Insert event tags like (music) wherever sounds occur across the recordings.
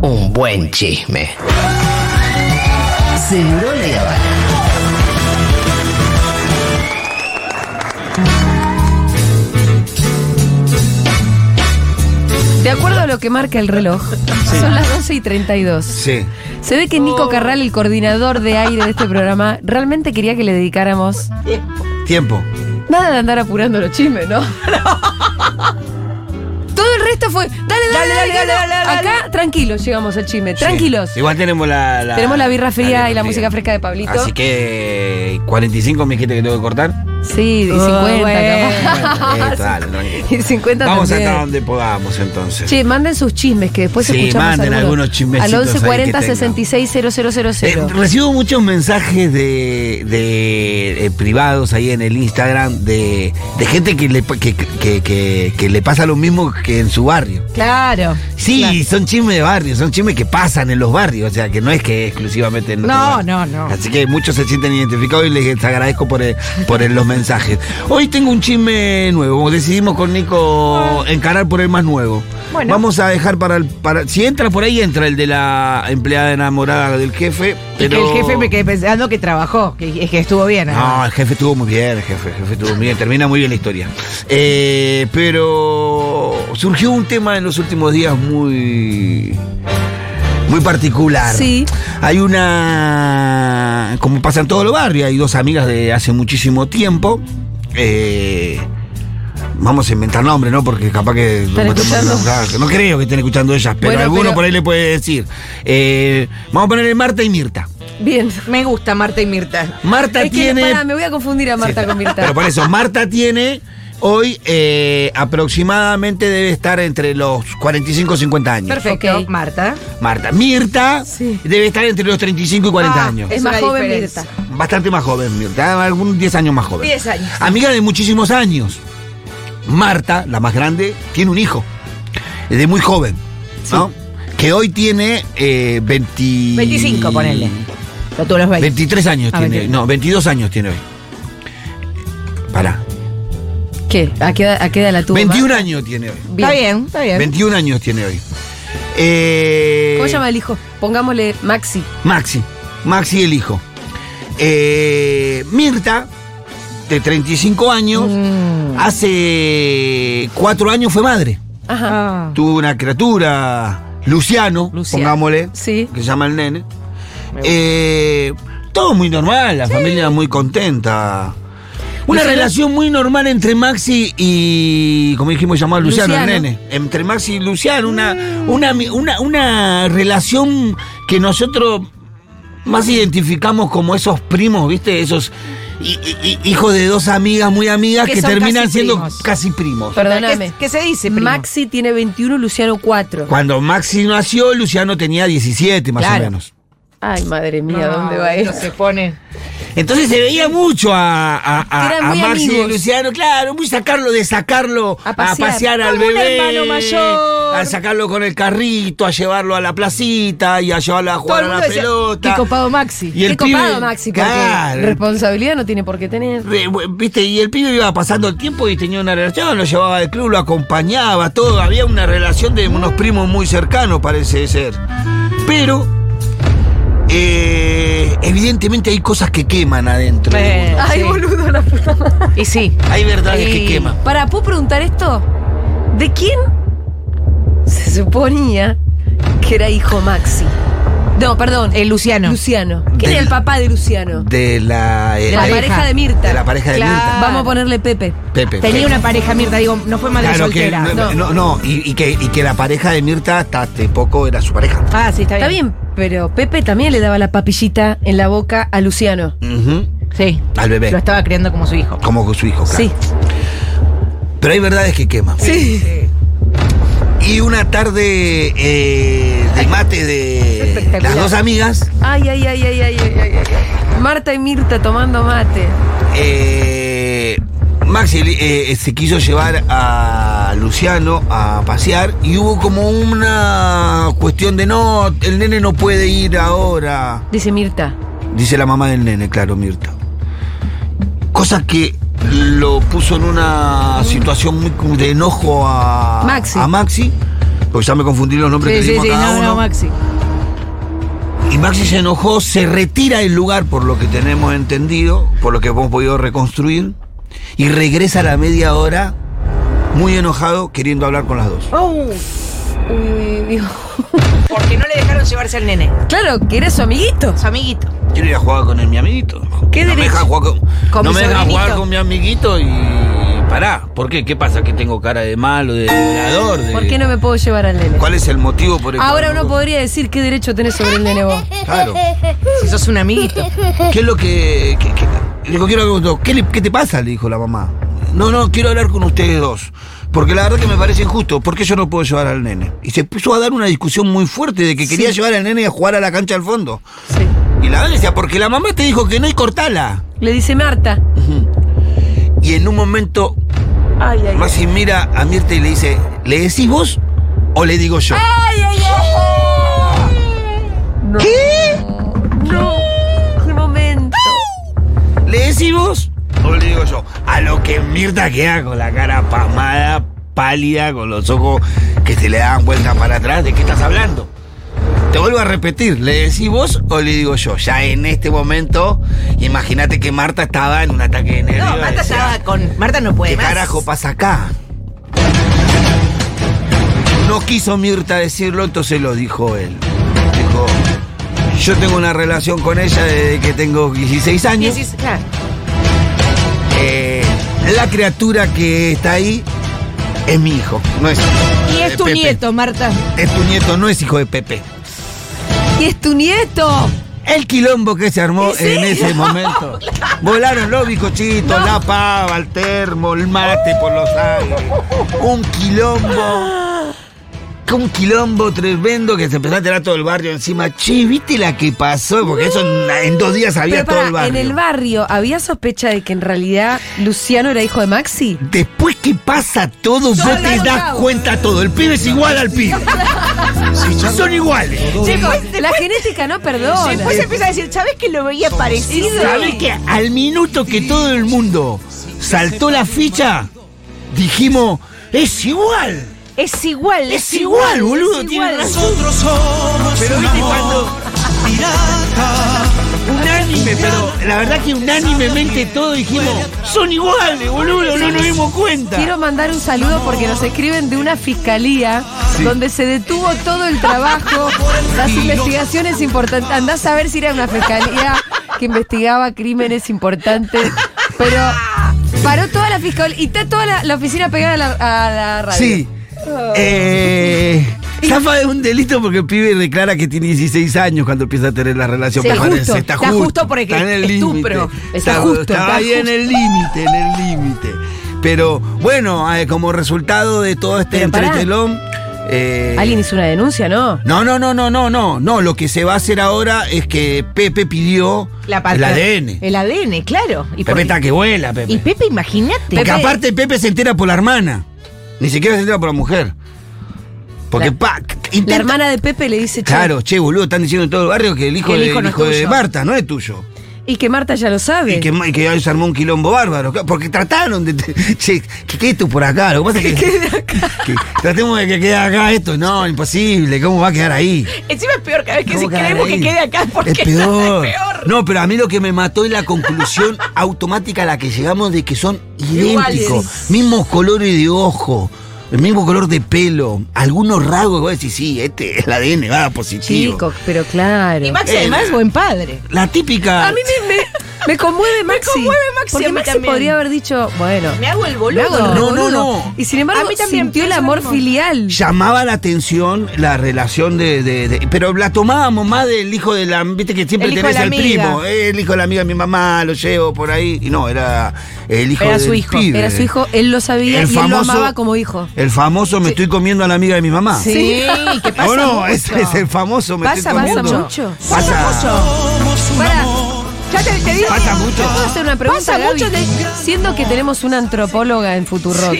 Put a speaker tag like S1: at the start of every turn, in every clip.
S1: un buen chisme. Seguro la Habana.
S2: De acuerdo a lo que marca el reloj, son las 12 y 32.
S3: Sí.
S2: Se ve que Nico Carral, el coordinador de aire de este programa, realmente quería que le dedicáramos
S3: Tiempo.
S2: nada de andar apurando los chismes, ¿no? (laughs) Todo el resto fue, dale, dale, dale, dale, Acá, tranquilos, llegamos al chisme, tranquilos.
S3: Sí. Igual tenemos la, la-
S2: Tenemos la birra fría y la música fresca de Pablito.
S3: Así que 45 me dijiste que tengo
S2: (laughs)
S3: que cortar.
S2: Sí, y 50 capaz.
S3: Ah, Bueno, listo, dale, tranquilo.
S2: Y 50
S3: Vamos
S2: también.
S3: hasta donde podamos entonces.
S2: (laughs)
S3: Eh,
S2: Che, manden sus chismes que después
S3: Sí,
S2: escuchamos
S3: manden algunos chismecitos
S2: Al
S3: ahí que
S2: 1140
S3: tengan.
S2: 66
S3: Eh, recibo muchos mensajes de, de, eh, privados ahí en el Instagram de, de gente que le, pa- que, que- que- que le pasa lo mismo que en su barrio.
S2: Claro.
S3: Sí, son chismes de barrio, son chismes que pasan en los barrios, o sea, que no es que exclusivamente en otro
S4: No,
S3: barrio.
S4: no, no.
S3: Así que muchos se sienten identificados y les agradezco por, eh, por eh, los mensajes. Hoy tengo un chisme nuevo, decidimos con Nico encarar por el más nuevo.
S4: Ah. Bueno.
S3: Vamos a dejar para el... Para, si entra por ahí, entra el de la empleada enamorada del jefe.
S4: Y
S3: Pero...
S4: que el jefe me quedé pensando que trabajó, que, que estuvo bien. ¿eh?
S3: No, el jefe estuvo muy bien, el jefe, el jefe estuvo muy bien, termina muy bien la historia. Eh, pero surgió un tema en los últimos días muy. muy particular.
S2: Sí.
S3: Hay una. como pasa en todos los barrios, hay dos amigas de hace muchísimo tiempo. eh, Vamos a inventar nombres, ¿no? Porque capaz que...
S2: Están escuchando.
S3: No, creo que estén escuchando ellas, pero
S2: Bueno,
S3: alguno
S2: pero-
S3: por ahí le puede decir. Eh, vamos a ponerle Marta y Mirta.
S2: Bien.
S4: Me gusta Marta y Mirta.
S3: Marta
S2: Es que,
S3: tiene
S2: pará, me voy a confundir a Marta
S3: Sí.
S2: con Mirta.
S3: Pero por eso, Marta tiene hoy eh, aproximadamente debe estar entre los 45 y 50 años.
S4: Perfecto,
S2: Ok.
S4: Marta.
S3: Marta. Mirta debe estar entre los 35 y 40
S4: Ah,
S3: años.
S2: es
S4: Es
S2: más
S4: una
S2: joven
S4: diferencia.
S2: Mirta.
S3: Bastante más joven, Mirta. Algunos 10 años más joven.
S4: 10 años.
S3: Amiga de muchísimos años. Marta, la más grande, tiene un hijo. De muy joven. ¿no? Que hoy tiene eh, 20
S4: 25, ponele. Lo tuvo a los 20.
S3: 23 años
S4: Ah,
S3: tiene.
S4: 22.
S3: No, 22 años tiene hoy. Pará.
S2: ¿Qué? ¿A qué, edad- a qué edad la tuvo?
S3: 21
S2: Marta?
S3: años tiene hoy.
S4: Está bien, está bien.
S3: 21 años tiene hoy. Eh,
S2: ¿Cómo se llama el hijo? Pongámosle Maxi.
S3: Maxi. Maxi el hijo. Eh, Mirta, de 35 años,
S2: Mm.
S3: hace 4 años fue madre.
S2: Ajá.
S4: Ah.
S3: Tuvo una criatura, Luciano,
S4: Luciano.
S3: pongámosle,
S2: Sí.
S3: que se llama el nene. Eh, todo muy normal, la familia muy contenta. Una
S2: Luciano-
S3: relación muy normal entre Maxi y, como dijimos, llamado Luciano, el
S2: Luciano.
S3: nene. Entre Maxi y Luciano, una, una, ami- una, una relación que nosotros más identificamos como esos primos, ¿viste? Esos hi- hi- hijos de dos amigas muy amigas que,
S4: Que son
S3: terminan
S4: casi
S3: siendo
S4: primos.
S3: casi primos.
S2: Perdóname.
S4: ¿Qué, qué se dice, primo?
S2: Maxi tiene 21, Luciano 4.
S3: Cuando Maxi nació, Luciano tenía 17 más
S4: Claro.
S3: o menos.
S2: Ay, madre
S4: No,
S2: mía, ¿dónde va
S4: esto
S2: eso?
S4: se pone.
S3: Entonces se veía mucho a, a, a-
S2: Eran
S3: a
S2: muy
S3: Maxi y
S2: amigos.
S3: Luciano, claro, muy sacarlo de sacarlo
S2: A
S3: a
S2: pasear.
S3: pasear, al
S4: Como un
S3: bebé,
S4: hermano mayor.
S3: a sacarlo con el carrito, a llevarlo a la placita y a llevarlo a
S4: Todo
S3: jugar
S4: el
S3: a la
S4: mundo decía,
S3: pelota.
S4: qué copado Maxi.
S3: Y el
S2: qué copado
S3: pibe-
S2: Maxi, porque
S3: Claro.
S2: responsabilidad no tiene por qué tener.
S3: Re- bu- Viste, y el pibe iba pasando el tiempo y tenía una relación, lo llevaba al club, lo acompañaba, todo. Había una relación de unos primos muy cercanos, parece ser. Pero, eh, evidentemente hay cosas que queman adentro. de
S4: Eh,
S3: uno.
S2: Ay,
S4: sí.
S2: boludo, la puta. madre.
S4: (laughs) Y sí.
S3: Hay verdades que
S4: Sí.
S3: queman.
S2: Para, ¿puedo preguntar esto? ¿De quién se suponía que era hijo Maxi? No, perdón.
S4: El Eh, Luciano.
S2: Luciano. ¿Quién
S3: Del-
S2: era el papá de Luciano?
S3: De la, eh,
S2: De la
S3: de-
S2: pareja, de Mirta.
S3: de la pareja de
S4: Claro.
S3: Mirta.
S2: Vamos a ponerle Pepe.
S3: Pepe.
S4: Tenía
S3: Pepe.
S4: una pareja, Mirta, digo, no fue madre
S3: Claro que
S4: soltera.
S3: no,
S2: No.
S3: no, no, y, y que, y que la pareja de Mirta hasta hace poco era su pareja.
S4: Ah, sí, está
S2: Está
S4: bien.
S2: bien, pero Pepe también le daba la papillita en la boca a Luciano.
S3: Ujú.
S4: Sí.
S3: Al bebé.
S4: Lo estaba criando como su hijo.
S3: Como su hijo, claro.
S2: Sí.
S3: Pero hay verdades que queman.
S2: Sí.
S3: Y una tarde eh, de mate de
S4: Espectacular.
S3: las dos amigas,
S2: Ay, ay, ay, ay, ay, ay, ay, ay. Marta y Mirta tomando mate.
S3: eh, Maxi eh, se quiso llevar a Luciano a pasear y hubo como una cuestión de no, el nene no puede ir ahora.
S2: Dice Mirta.
S3: Dice la mamá del nene, claro, Mirta. Cosa que lo puso en una situación muy de enojo a
S2: Maxi.
S3: a Maxi, Porque ya me confundí los nombres
S4: Sí,
S3: que le
S4: sí,
S3: dimos
S4: sí,
S3: a cada
S4: no,
S3: uno.
S4: no, Maxi.
S3: Y Maxi se enojó, se retira del lugar por lo que tenemos entendido, por lo que hemos podido reconstruir, y regresa a la media hora muy enojado queriendo hablar con las dos.
S4: Oh.
S2: Uy, uy, uy, uy.
S4: Porque no le dejaron llevarse al nene,
S2: Claro, que era su amiguito.
S4: su amiguito.
S3: Quiero ir a jugar con el, mi amiguito.
S2: ¿Qué
S3: no me
S2: derecho?
S3: dejan jugar con,
S2: Con
S3: no
S2: mi
S3: me dejan
S2: sobrinito.
S3: jugar con mi amiguito y pará. ¿Por qué? ¿Qué pasa? ¿Que tengo cara de malo, de violador? De...
S2: ¿Por qué no me puedo llevar al nene?
S3: ¿Cuál es el motivo por el
S2: Ahora
S3: cual
S2: uno podría decir qué derecho tenés sobre el nene vos.
S3: Claro.
S4: Si sos un amiguito.
S3: (laughs) ¿Qué es lo que.? que- que- le digo, quiero hablar con vos. ¿Qué, le- ¿Qué te pasa? Le dijo la mamá. No, no, quiero hablar con ustedes dos. Porque la verdad que me parece injusto. ¿Por qué yo no puedo llevar al nene? Y se puso a dar una discusión muy fuerte de que quería llevar al nene a jugar a la cancha al fondo.
S2: Sí.
S3: Y la madre decía, porque la mamá te dijo que no y cortala.
S2: Le dice Marta.
S3: Y en un momento,
S2: Ay, ay,
S3: Maxi mira a Mirta y le dice, ¿le decís vos o le digo yo?
S2: No, qué momento.
S3: ¿Le decís vos o le digo yo? A lo que Mirta queda con la cara pasmada, pálida, con los ojos que se le dan vuelta para atrás. ¿De qué estás hablando? Te vuelvo a repetir, ¿le decís vos o le digo yo? Ya en este momento, imagínate que Marta estaba en un ataque de nervios.
S4: No, Marta
S3: decía,
S4: estaba con. Marta no
S3: ¿Qué
S4: puede más.
S3: carajo pasa acá? No quiso Mirta decirlo, entonces lo dijo él. Dijo, yo tengo una relación con ella desde que tengo 16 años.
S4: Diecis- claro.
S3: Eh, la criatura que está ahí es mi hijo, no es
S4: Y
S3: de
S4: es tu
S3: Pepe.
S4: nieto, Marta.
S3: Es tu nieto, no es hijo de Pepe.
S2: Y es tu nieto.
S3: El quilombo que se armó en
S2: (laughs)
S3: ese momento. Volaron los bizcochitos, la pava, el termo, el mate por los aires. Un quilombo. Un quilombo tremendo que se empezó a tirar todo el barrio encima. Che, ¿viste la que pasó? Porque eso en, en dos días había
S2: Pero
S3: todo el
S2: pará,
S3: barrio.
S2: en el barrio, ¿había sospecha de que en realidad Luciano era hijo de Maxi?
S3: Después que pasa todo, vos te
S2: lado,
S3: das
S2: chao.
S3: cuenta todo. El pibe es igual al
S4: (laughs)
S3: pibe. Son iguales.
S2: Chicos, la genética no perdona.
S4: Después empieza a decir, ¿sabes que lo veía parecido?
S3: ¿Sabés que al minuto que todo el mundo saltó la ficha, dijimos, es igual?
S4: Es igual.
S3: Es igual, boludo,
S4: es
S3: tiene
S4: igual.
S3: razón. Pero viste cuando... Unánime, pero la verdad que unánimemente todos dijimos, son iguales, boludo, no nos dimos cuenta.
S2: Quiero mandar un saludo porque nos escriben de una fiscalía donde se detuvo todo el trabajo, las investigaciones importantes. Andás a ver si era una fiscalía que investigaba crímenes importantes, pero paró toda la fiscalía y está toda la, la oficina pegada a la, a la radio.
S3: Sí. Eh, zafa de un delito porque el pibe declara que tiene 16 años cuando empieza a tener la relación.
S2: Sí,
S3: Me
S2: está
S3: parece,
S2: justo,
S4: está justo porque estupro.
S3: límite.
S2: Está justo,
S3: Está
S2: está
S3: ahí en el límite, en el límite. Pero bueno, eh, como resultado de todo este
S2: Pero pará.
S3: entretelón. eh,
S2: Alguien hizo una denuncia, ¿no?
S3: no, no, no, no, no, no, no. Lo que se va a hacer ahora es que Pepe pidió
S4: La
S3: el
S4: patria-
S3: ADN.
S2: Eh,
S4: El ADN, claro. Y
S3: Pepe
S4: porque-
S3: está que vuela, Pepe.
S4: Y Pepe, imagínate.
S3: Porque
S2: Pepe-
S3: aparte Pepe se entera por la hermana. Ni siquiera se entera por la mujer. Porque
S2: La-
S3: pa, intenta-
S2: La hermana de Pepe le dice, che,
S3: Claro, che, boludo, están diciendo en todo el barrio que el hijo,
S4: Que el
S3: de,
S4: hijo no es
S3: hijo de
S4: tuyo.
S3: Marta no es tuyo.
S2: y que Marta ya lo sabe.
S3: Y que, y que ahí se armó un quilombo bárbaro. Claro, Porque trataron de. (laughs) Che, que quede tú por acá. Lo que pasa es que. (laughs) que tratemos de que quede acá esto. No, imposible. ¿Cómo va a quedar ahí?
S4: Encima es peor cada vez que
S3: ¿Cómo
S4: si
S3: quedar
S4: queremos
S3: ahí?
S4: que quede acá porque
S3: es peor.
S4: es peor.
S3: No, pero a mí lo que me mató es la
S4: (laughs)
S3: conclusión automática a la que llegamos de que son idénticos.
S2: Iguales.
S3: Mismos colores de ojo, el mismo color de pelo, algunos rasgos que vos decís, sí, este el ADN va positivo.
S2: Chico, pero claro.
S4: Y Maxi
S3: Eh,
S4: además buen padre.
S3: La típica.
S2: A mí me, me- (laughs) me conmueve Maxi.
S4: conmueve Maxi, a
S2: Porque
S4: mí
S2: Maxi
S4: también.
S2: podría haber dicho, bueno,
S4: Me hago el
S2: me
S4: boludo.
S2: hago el
S3: No, no,
S2: boludo.
S3: no.
S2: Y sin empieza
S4: A mí
S2: mí
S4: también,
S2: también sintió el
S4: pienso lo
S2: amor
S4: mismo.
S2: filial.
S3: Llamaba la atención la relación de, de- de- Pero la tomábamos más del hijo de la. Viste que siempre
S4: El hijo de
S3: tenés al
S4: la amiga.
S3: primo. eh, el hijo de la amiga de mi mamá, lo llevo por ahí. Y no, era el hijo
S4: Era
S3: del
S4: su hijo,
S3: pibe.
S2: Era su hijo, él lo sabía y él lo amaba como hijo.
S3: El famoso me estoy comiendo a la amiga de mi mamá.
S4: Sí, que pasa
S3: No, no,
S4: mucho.
S3: ese es el famoso me
S2: Pasa,
S3: estoy
S2: pasa
S3: comiendo.
S2: mucho.
S3: Pasa,
S2: Pará,
S4: Ya te, te digo.
S3: pasa
S2: ¿puedo
S3: mucho.
S2: hacer una pregunta,
S4: Pasa
S2: Gaby?
S4: mucho de-
S2: Siendo que tenemos una antropóloga en Futurock,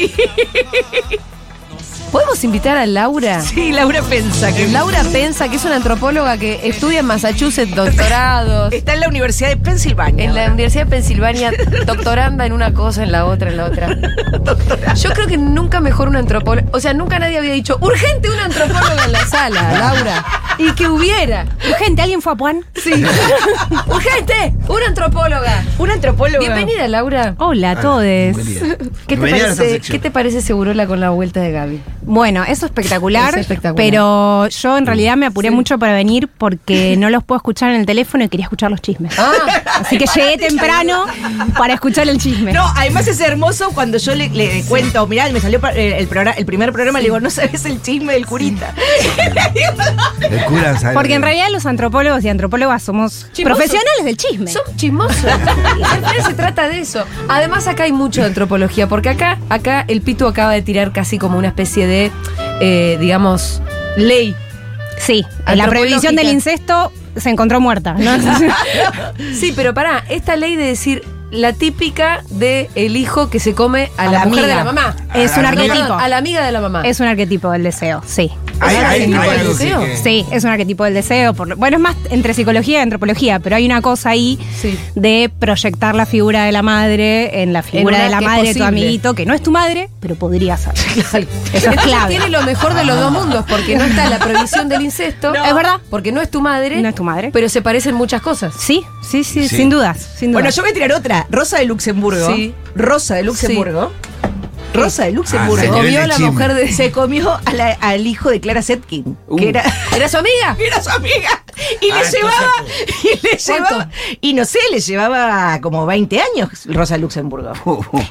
S2: ¿Podemos invitar a Laura?
S4: Sí, Laura Pensa, que
S2: Laura Pensa, que es una antropóloga que estudia en Massachusetts doctorados.
S4: está en la Universidad de Pensilvania.
S2: En la
S4: ahora.
S2: Universidad de Pensilvania, doctoranda en una cosa, en la otra, en la otra. Yo creo que nunca mejor una antropóloga. O sea, nunca nadie había dicho, urgente una antropóloga en la sala, Laura. Y que hubiera.
S5: Urgente, ¿alguien fue a Puan?
S2: Sí. (laughs) urgente, una antropóloga.
S4: Una antropóloga.
S2: Bienvenida, Laura.
S5: Hola a todos.
S3: Buen día.
S2: ¿Qué te,
S3: Bienvenida a esa
S2: parece, ¿Qué
S3: sección.
S2: te parece Segurola con la vuelta de Gaby?
S5: Bueno, eso es espectacular,
S2: Es espectacular.
S5: pero yo en realidad me apuré
S2: Sí.
S5: mucho para venir
S2: (laughs)
S5: porque no los puedo escuchar en el teléfono y quería escuchar los chismes.
S2: Ah,
S5: Así que llegué temprano para escuchar el chisme.
S4: No, además es hermoso cuando yo le, le cuento, mirá, me salió pa- eh, el, programa, el primer programa, le digo, no sabes el chisme del curita.
S3: El cura sabe.
S5: Porque en realidad los antropólogos y antropólogas somos
S2: Chismosos.
S5: profesionales del chisme.
S2: (laughs) son chismosos. Al final se trata de eso. Además, acá hay mucho de antropología, porque acá, acá el Pitu acaba de tirar casi como una especie de, eh, digamos, ley.
S5: Sí, en la
S2: Antropológica.
S5: prohibición del incesto se encontró muerta.
S2: (laughs)
S5: ¿no?
S2: Sí, pero pará, esta ley de decir la típica de el hijo que se come a,
S5: A
S2: la,
S5: la
S2: mujer de
S5: amiga.
S2: la mamá.
S5: Es
S3: un
S2: No,
S5: arquetipo.
S2: perdón, A la amiga de la mamá.
S5: es un arquetipo del deseo, sí.
S3: Hay, hay-
S2: ¿Algún
S3: hay
S2: tipo de
S3: algo que-
S2: deseo?
S3: que- Ah,
S5: Sí, es un arquetipo del deseo. por lo- bueno, es más entre psicología y antropología, pero hay una cosa ahí
S2: Sí.
S5: de proyectar la figura de la madre en la figura
S2: una
S5: de la
S2: que es
S5: madre de tu
S2: posible.
S5: amiguito, que no es tu madre, pero
S2: (laughs)
S5: podría ser. Eso es
S2: Entonces
S5: clave.
S2: tiene lo mejor de los dos mundos, porque no está la prohibición del incesto.
S5: No. Es verdad.
S2: Porque no es tu madre.
S5: No es tu madre.
S2: Pero se parecen muchas cosas.
S5: Sí, sí, sí,
S3: Sí.
S5: sin dudas, sin dudas.
S4: Bueno, yo voy a tirar otra. Rosa de Luxemburgo.
S2: Sí.
S4: Rosa de Luxemburgo. Rosa de
S2: Se
S3: Ah, sí.
S4: Luxemburgo.
S3: nivel
S2: comió
S3: de
S2: la
S3: chisme.
S2: mujer de.
S4: Se comió a la- al hijo de Clara Setkin,
S3: Uh.
S4: que era, (laughs)
S2: ¿Era su amiga?
S4: que era su amiga. Y
S3: Ah,
S4: le
S3: entonces-
S4: llevaba, y le
S2: ¿Cuánto?
S4: llevaba, y no sé, le llevaba como 20 años Rosa de
S3: (laughs)
S4: Luxemburgo.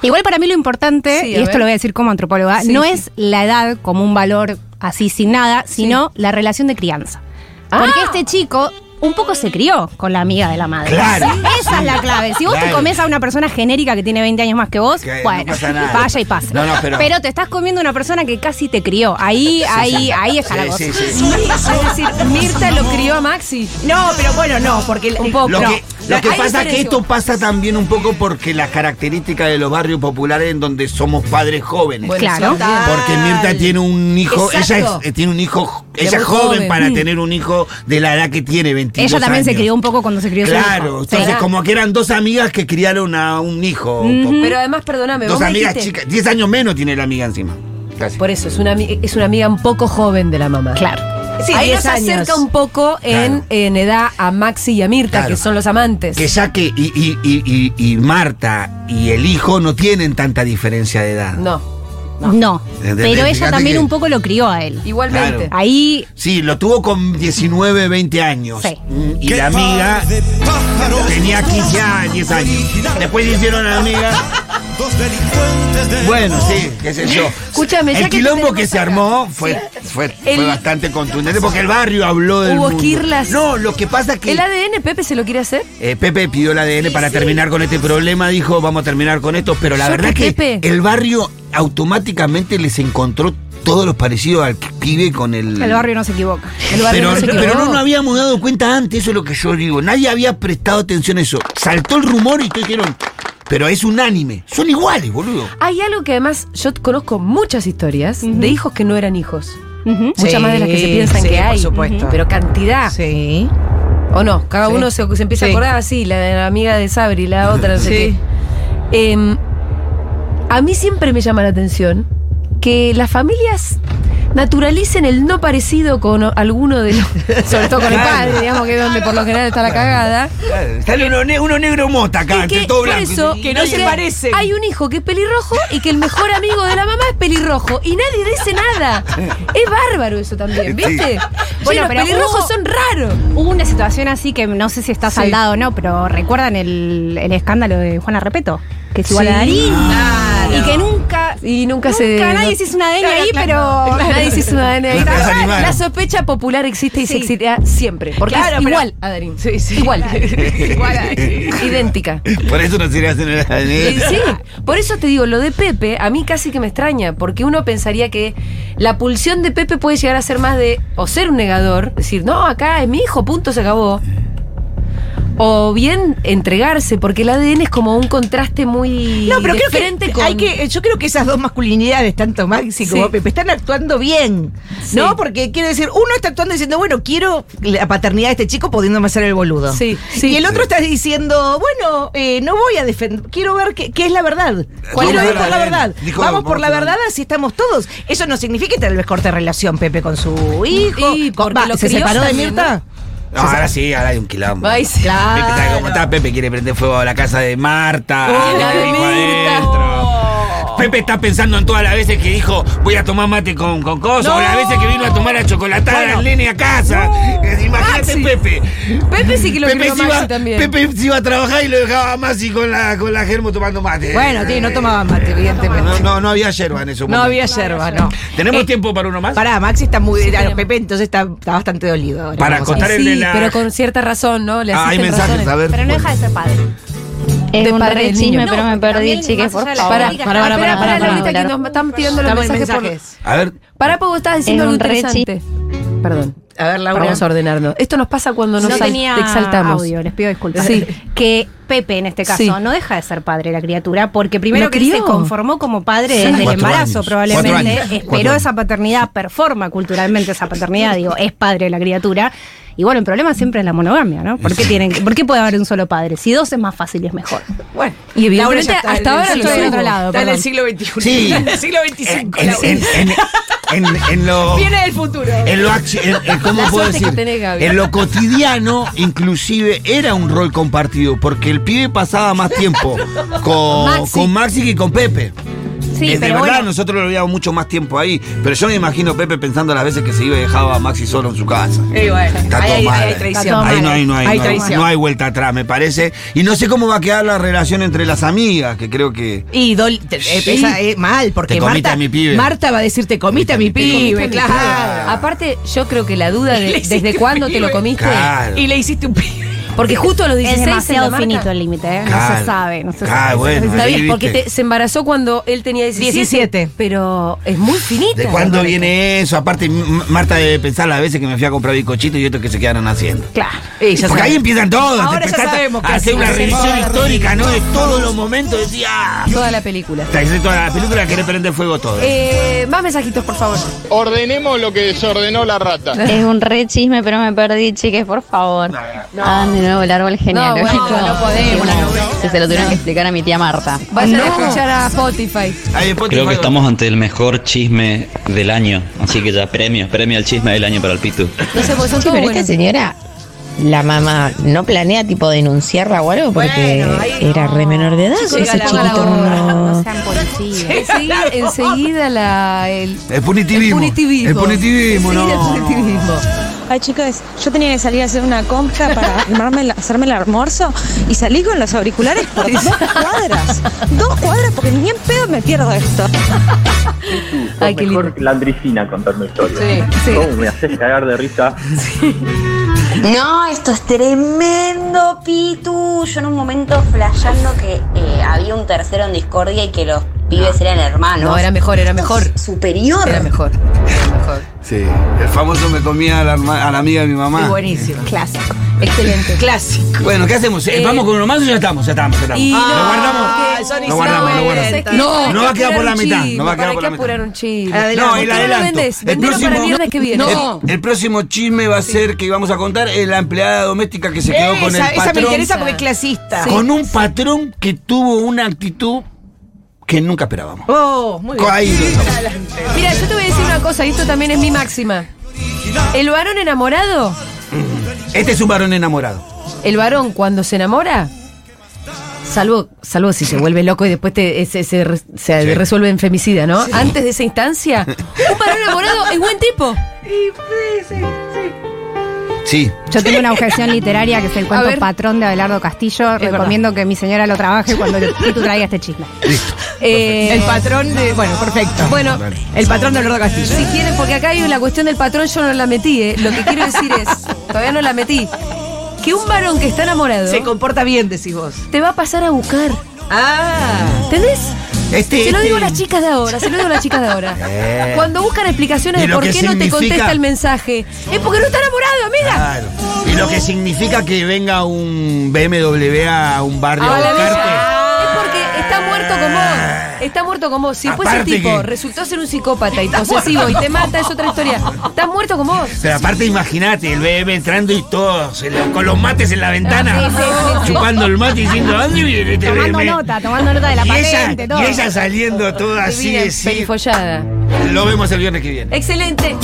S5: Igual para mí lo importante,
S2: Sí, a
S5: y esto
S2: ver.
S5: lo voy a decir como antropóloga,
S2: Sí,
S5: no
S2: sí.
S5: es la edad como un valor así sin nada, sino la relación de crianza.
S2: Ah.
S5: Porque este chico un poco se crió con la amiga de la madre.
S3: Claro.
S5: Esa es la clave. Si vos te
S3: Claro.
S5: comes a una persona genérica que tiene 20 años más que vos,
S3: Que no
S5: bueno,
S3: pasa nada.
S5: vaya y pase.
S3: No, no, pero-
S5: te estás comiendo una persona que casi te crió. Ahí, ahí, ahí está
S3: Sí,
S5: la cosa. (laughs)
S3: sí, sí.
S2: Es decir, Mirta lo crió a Maxi.
S4: No, pero bueno, no, porque
S2: Un poco.
S3: Lo
S2: No,
S3: que, lo
S2: hay
S3: que pasa es que
S2: diferencia.
S3: esto pasa también un poco porque las características de los barrios populares en donde somos padres jóvenes.
S2: Bueno,
S5: Claro.
S2: son-
S3: Porque Mirta tiene un hijo, ella
S2: Exacto.
S3: es- eh, tiene un hijo,
S2: De
S3: ella
S2: muy
S3: es joven,
S2: joven.
S3: para tener un hijo de la edad que tiene, 22
S5: Ella también se
S3: años.
S5: crió un poco cuando se crió su hijo.
S3: Claro, entonces
S2: Claro.
S3: como que eran dos amigas que criaron a un hijo. Como-
S2: Pero además, perdóname, vos
S3: dos
S2: me
S3: amigas
S2: dijiste-
S3: chicas, 10 años menos tiene la amiga encima. Casi.
S2: Por eso, es una, ami- es una amiga un poco joven de la mamá.
S5: Claro.
S4: Sí,
S2: Ahí
S4: 10
S2: nos acerca
S4: años.
S2: un poco en,
S3: Claro.
S2: en edad a Maxi y a Mirta,
S3: Claro.
S2: que son los amantes.
S3: Que ya que y, y- y- y- y Marta y el hijo no tienen tanta diferencia de edad.
S2: No,
S5: No.
S3: Entendés,
S5: Pero ella
S3: fíjate
S5: también
S3: que-
S5: un poco lo crió a él.
S2: igualmente.
S3: Claro.
S5: Ahí
S3: Sí, lo tuvo con 19, 20 años.
S5: Sí.
S3: Mm, Y la amiga tenía 15 años, 10 años. Después se hicieron amigas. Bueno, sí, qué sé yo.
S2: Escúchame, ya
S3: el
S2: que te
S3: quilombo
S2: tenemos
S3: que se
S2: acá.
S3: armó fue, fue, fue
S2: El-
S3: bastante contundente porque el barrio habló del
S2: Hubo
S3: mundo.
S2: esquirlas.
S3: No, lo que pasa que
S2: ¿El ADN Pepe se lo quiere hacer?
S3: eh, Pepe pidió el ADN para terminar con este problema, dijo, vamos a terminar con esto, pero la
S2: Yo
S3: verdad
S2: que
S3: que
S2: Pepe.
S3: el barrio automáticamente les encontró todos los parecidos al pibe con el
S5: el barrio no se equivoca.
S2: El barrio
S3: pero,
S2: Mm. no se
S3: pero
S2: equivocó.
S3: no nos habíamos dado cuenta antes, eso es lo que yo digo. Nadie había prestado atención a eso. Saltó el rumor y todos dijeron, pero es unánime. Son iguales, boludo.
S2: Hay algo que además yo conozco muchas historias de hijos que no eran hijos.
S5: Ujú.
S2: Muchas más de las que se piensan
S4: sí,
S2: que
S4: por
S2: hay.
S4: supuesto.
S2: Pero cantidad.
S4: Sí.
S2: ¿O no? Cada
S4: Sí.
S2: uno se, se empieza a
S4: Sí.
S2: acordar así, la, la amiga de Sabri, la otra, no sé
S4: Sí.
S2: qué. Em, a mí siempre me llama la atención que las familias naturalicen el no parecido con o- alguno de los. Sobre todo con el padre, digamos que es donde por lo general está la cagada.
S3: Sale uno, ne- uno negro mota acá,
S2: Y
S3: Ah, entre
S2: que
S3: todo
S2: por
S3: blanco.
S2: eso
S4: Que no
S2: y
S4: se
S2: que
S4: parecen.
S2: Hay un hijo que es pelirrojo y que el mejor amigo de la mamá es pelirrojo y nadie dice nada. Es bárbaro eso también, ¿viste?
S5: Bueno,
S2: Bueno,
S5: pero
S2: los pelirrojos
S5: hubo-
S2: son raros.
S5: Hubo una situación así que no sé si está
S2: Sí.
S5: saldado o no, pero ¿recuerdan el, el escándalo de Juana Repeto? Que es igual a
S2: Sí. Ah.
S5: Darín.
S4: Claro.
S5: Y que nunca.
S2: Y nunca, se.
S5: nunca nadie
S2: no-
S5: se hizo una ADN ahí,
S2: (laughs)
S5: pero.
S2: Nadie se hizo una ADN ahí.
S3: Las
S2: La,
S3: animaron.
S2: sospecha popular existe y se
S5: Sí.
S2: existirá siempre. Porque
S4: Claro,
S2: es
S4: pero-
S2: igual a Darín.
S4: Sí, sí.
S2: Igual. (laughs)
S4: Igual a Darín.
S2: Idéntica.
S3: (laughs) Por eso no sería hacer el
S6: (laughs)
S2: Y
S3: ADN.
S2: sí, por eso te digo, lo de Pepe a mí casi que me extraña, porque uno pensaría que la pulsión de Pepe puede llegar a ser más de o ser un negador, decir, no, acá es mi hijo, punto, se acabó. o bien entregarse, porque el ADN es como un contraste muy
S4: No, pero creo
S2: diferente
S4: que,
S2: con-
S4: hay que. eh, Yo creo que esas dos masculinidades, tanto Maxi como
S2: Sí.
S4: Pepe, están actuando bien.
S2: Sí.
S4: ¿No? Porque quiero decir, uno está actuando diciendo, bueno, quiero la paternidad de este chico pudiéndome hacer el boludo.
S2: Sí, sí.
S4: y el otro
S3: Sí.
S4: está diciendo, bueno, eh, no voy a defender. Quiero ver qué, qué es la verdad.
S3: ¿Cuál
S4: Quiero
S3: es
S4: ir
S3: la
S4: por la
S3: verdad?
S4: verdad.
S3: Dijo- vamos
S4: Vamos por la
S3: por la-
S4: verdad, así estamos todos. Eso no significa que tal vez corte relación Pepe con su hijo.
S2: Y
S4: con-
S2: porque lo
S4: ¿Se
S2: crió
S4: separó de
S2: también,
S4: Mirta?
S3: No, ahora sí, ahora hay un quilombo.
S2: Ay, sí.
S3: Pepe está como está, Pepe quiere prender fuego a la casa de Marta.
S2: Ah, Oh,
S3: de
S2: la
S3: que
S2: de
S3: dijo
S2: Mirta.
S3: adentro. Pepe está pensando en todas las veces que dijo voy a tomar mate con, con cosas, o las veces que vino a tomar a chocolatada al nene a casa. Imagínate
S2: Maxi.
S3: Pepe.
S2: Pepe sí que lo
S3: Pepe
S2: crió
S3: se,
S2: Maxi
S3: iba,
S2: también.
S3: Pepe se iba a trabajar y lo dejaba a Maxi con la, con la germo tomando mate.
S4: Bueno, sí, no tomaba mate, evidentemente.
S3: No, no, no había yerba en eso.
S4: No había yerba, no.
S3: ¿Tenemos
S4: Eh,
S3: tiempo para uno más?
S4: Pará, Maxi está muy. ah,
S2: tenemos.
S4: Pepe entonces está, está bastante dolido. ahora,
S3: Para
S4: vamos a
S3: contar
S4: ver.
S3: el de
S2: Sí,
S3: la-
S2: pero con cierta razón, ¿no? Le
S3: Ah, hay
S2: asisten
S3: mensajes,
S2: razones.
S3: a ver.
S5: Pero no
S3: bueno.
S5: deja de ser padre.
S6: Es
S2: De
S6: un
S2: padre
S6: re
S2: del
S6: chisme,
S2: (laughs) niño.
S6: pero me perdí,
S5: También,
S6: chiques,
S5: más
S6: por
S5: allá de la
S6: favor.
S2: Pará,
S5: Oiga,
S2: pará, pará,
S5: espera,
S2: pará,
S5: espera,
S2: pará,
S5: Laurita,
S2: que nos están pidiendo los
S4: Estamos en
S2: mensajes. por-
S4: mensajes.
S3: A ver,
S2: Pará, porque vos estabas diciendo
S6: Es
S2: algo
S6: un re
S2: interesante. Perdón.
S4: A ver, Laura.
S2: Vamos a ordenarnos. Esto nos pasa cuando nos
S5: no
S2: sal-
S5: tenía
S2: exaltamos.
S5: audio, les pido disculpas.
S2: Sí.
S5: Que Pepe, en este caso,
S2: Sí.
S5: no deja de ser padre de la criatura, porque primero
S2: Lo
S5: que él se
S2: crió.
S5: conformó como padre
S3: Sí.
S5: desde el
S3: Cuatro
S5: embarazo,
S3: años.
S5: probablemente.
S3: Cuatro años.
S5: Esperó
S3: Cuatro años.
S5: esa paternidad, performa culturalmente esa paternidad, digo, es padre de la criatura. Y bueno, el problema siempre es la monogamia, ¿no? ¿Por qué, tienen, que- ¿por qué puede haber un solo padre? Si dos es más fácil y es mejor.
S4: Bueno.
S2: Y evidentemente
S4: Laura ya está
S2: hasta
S4: en-
S2: ahora
S4: en-
S2: lo
S4: en-
S2: supo.
S4: Está en el
S5: Perdón.
S4: siglo XXI.
S3: Sí.
S4: (laughs) En el siglo XXV.
S3: en, en- en- en- en lo.
S4: Viene del futuro.
S3: En lo, acci- en- en- ¿cómo
S2: La
S3: puedo
S2: suerte que
S3: decir?
S2: tenés, Gaby.
S3: En lo cotidiano, inclusive, era un rol compartido, porque el pibe pasaba más tiempo con,
S5: Maxi.
S3: con Maxi que con Pepe.
S5: Sí,
S3: es de
S5: pero
S3: verdad,
S5: bueno,
S3: nosotros lo veíamos mucho más tiempo ahí. Pero yo me imagino a Pepe pensando las veces que se iba y dejaba a Maxi solo en su casa.
S4: Y Eh, bueno,
S3: Está
S4: ahí
S3: todo
S4: hay-
S3: mal.
S4: ahí hay traición.
S5: Está todo
S3: Ahí
S5: mal.
S3: no hay, no hay,
S4: Hay
S3: no hay-
S4: traición.
S3: no hay vuelta atrás, me parece. Y no sé cómo va a quedar la relación entre las amigas, que creo que.
S4: Y dol- te-
S3: Sí.
S4: eh, pesa, eh, mal, porque
S3: Te comiste
S4: Marta,
S3: a mi pibe.
S4: Marta va a decir, te comiste a mi pibe, claro.
S2: (laughs) Aparte, yo creo que la duda (laughs)
S4: Le
S2: de
S4: hiciste
S2: desde cuándo te lo
S4: pibe.
S2: comiste.
S3: Claro.
S4: Y le hiciste un pibe. (laughs)
S2: Porque justo a los 16
S5: es
S2: en la
S5: demasiado
S2: marca-
S5: finito el límite, ¿eh? No
S3: Claro.
S5: se sabe, no se
S3: Claro,
S5: sabe.
S3: bueno,
S2: Está
S3: ahí,
S2: bien, porque
S3: viste.
S2: te- se embarazó cuando él tenía 17.
S4: 17.
S2: Pero es muy finito.
S3: ¿De cuándo viene eso? Aparte, M- Marta debe pensar las veces que me fui a comprar bizcochitos y otros que se quedaron haciendo.
S5: Claro.
S4: Eh, ya
S3: Porque
S4: sabe.
S3: ahí empiezan todos.
S4: Ahora
S3: Te
S4: ya
S3: empezás
S4: sabemos
S3: a
S4: que
S3: hacer
S4: sí.
S3: una
S4: Hacemos toda
S3: revisión
S4: la
S3: histórica, ¿no? De todos los momentos. Decía. "Ah".
S2: Toda la película.
S3: Te haces toda la película querés prender fuego todo.
S2: Eh, más mensajitos, por favor.
S7: Ordenemos lo que desordenó la rata.
S6: Es un re chisme, pero me perdí, chiques, por favor. Ah, de nuevo el árbol genealógico.
S2: bueno, no podemos.
S6: Que se lo tuvieron que explicar a mi tía Marta.
S2: Vayan a escuchar a Spotify.
S3: Ahí después te
S8: Creo que
S3: fuego.
S8: estamos ante el mejor chisme del año. Así que ya premio, premio al chisme del año para el Pitu.
S2: No sé, porque son
S9: Sí,
S2: todos
S9: pero esta
S2: buenos.
S9: señora, la mamá, no planea tipo denunciarla o algo porque
S4: Bueno, ahí
S9: era re menor de edad.
S2: Chicos,
S9: o ese
S2: la- la-
S9: chiquito
S2: la-
S9: no.
S5: No sean policías.
S2: Enseguida, enseguida la, el,
S3: El punitivismo.
S2: El punitivismo.
S3: El punitivismo,
S2: Enseguida
S3: no.
S2: el punitivismo.
S10: Ay, chicas, yo tenía que salir a hacer una compra
S5: (laughs)
S10: para armarme el- hacerme el almuerzo y salí con los auriculares por dos cuadras. Dos cuadras porque ni en pedo me pierdo esto.
S2: Ay, qué lindo.
S11: la Andricina contando historias.
S2: Sí.
S11: me haces cagar de risa?
S12: No, esto es tremendo, Pitu. Yo en un momento flasheando que eh, había un tercero en discordia y que los pibes eran hermanos.
S2: No, era mejor, era mejor.
S12: Superior.
S2: Era mejor. Era mejor.
S3: Sí. El famoso me comía a la, herma- a la amiga de mi mamá.
S4: Buenísimo.
S2: Clásico. Excelente.
S4: Clásico.
S3: Bueno, ¿qué hacemos? Eh,
S2: Eh,
S3: ¿Vamos con uno más o ya estamos? Ya estamos, ya estamos.
S2: Y
S3: ¿Lo
S2: no,
S3: guardamos?
S4: Ah, Sony
S3: Lo guardamos, lo guardamos.
S4: Snowden.
S3: No, eh, no va a quedar por la mitad, no va a quedar por
S2: ¿Para
S3: la
S2: qué
S3: mitad.
S2: apurar un chile?
S4: Adelante.
S3: No, el
S2: ¿Por qué lo
S3: adelanto.
S2: vendés? Vendelo para viernes que viene. Eh,
S3: No. El, el próximo chisme va a ser que íbamos a contar es la empleada doméstica que se quedó con el
S4: Esa, esa me
S3: patrón.
S4: interesa porque es clasista.
S3: Con un patrón que tuvo una actitud que nunca esperábamos.
S4: Oh, muy bien.
S3: Ahí lo estamos.
S2: Mira, yo te voy a decir una cosa, y esto también es mi máxima. El varón enamorado,
S3: Este es un varón enamorado.
S2: el varón cuando se enamora, salvo, salvo si se vuelve loco y después te- eh, se, se re- se
S3: Sí.
S2: resuelve en femicida, ¿no? Antes de esa instancia, un varón enamorado es buen tipo.
S3: Sí.
S5: Yo tengo una objeción literaria que es el
S2: A
S5: cuento
S2: ver.
S5: patrón de Abelardo Castillo.
S2: verdad.
S5: Recomiendo que mi señora lo trabaje cuando le- que tú traigas este chisme.
S2: Eh,
S4: El patrón de. Bueno, perfecto.
S2: Bueno,
S4: El patrón de Lordo Castillo.
S2: Si quieren, porque acá hay la cuestión del patrón, yo no la metí, ¿eh? Lo que quiero decir
S4: (laughs)
S2: es, todavía no la metí, que un varón que está enamorado
S4: Se comporta bien, decís vos.
S2: te va a pasar a buscar.
S4: Ah.
S2: ¿Entendés?
S3: Este,
S2: se lo
S3: este-
S2: digo a las chicas de ahora, se lo digo a las chicas de ahora.
S3: Eh.
S2: Cuando buscan explicaciones
S3: Y
S2: de
S3: lo
S2: por qué
S3: que
S2: no te
S3: significa-
S2: contesta el mensaje, es porque no está enamorado, amiga.
S3: Claro. Y lo que significa que venga un BMW a un barrio a
S2: Ahora
S3: buscarte.
S2: Ah, Es porque está muerto como vos. Está muerto como vos. Si después ese
S3: Aparte
S2: tipo
S3: que-
S2: resultó ser un psicópata y posesivo
S3: (laughs)
S2: y te mata, es otra historia. Está muerto como vos.
S3: Pero aparte imagínate, el bebé entrando y todos se lo- con los mates en la ventana,
S5: Sí, sí, sí, sí.
S3: chupando el mate y diciendo, ¿dónde viene este
S5: Tomando
S3: bebé?"
S5: nota, tomando nota de la
S3: y
S5: patente,
S3: ella,
S5: todo.
S3: y ella saliendo toda así,
S2: Divina,
S3: así.
S2: perifollada.
S3: Lo vemos el viernes que viene.
S2: Excelente.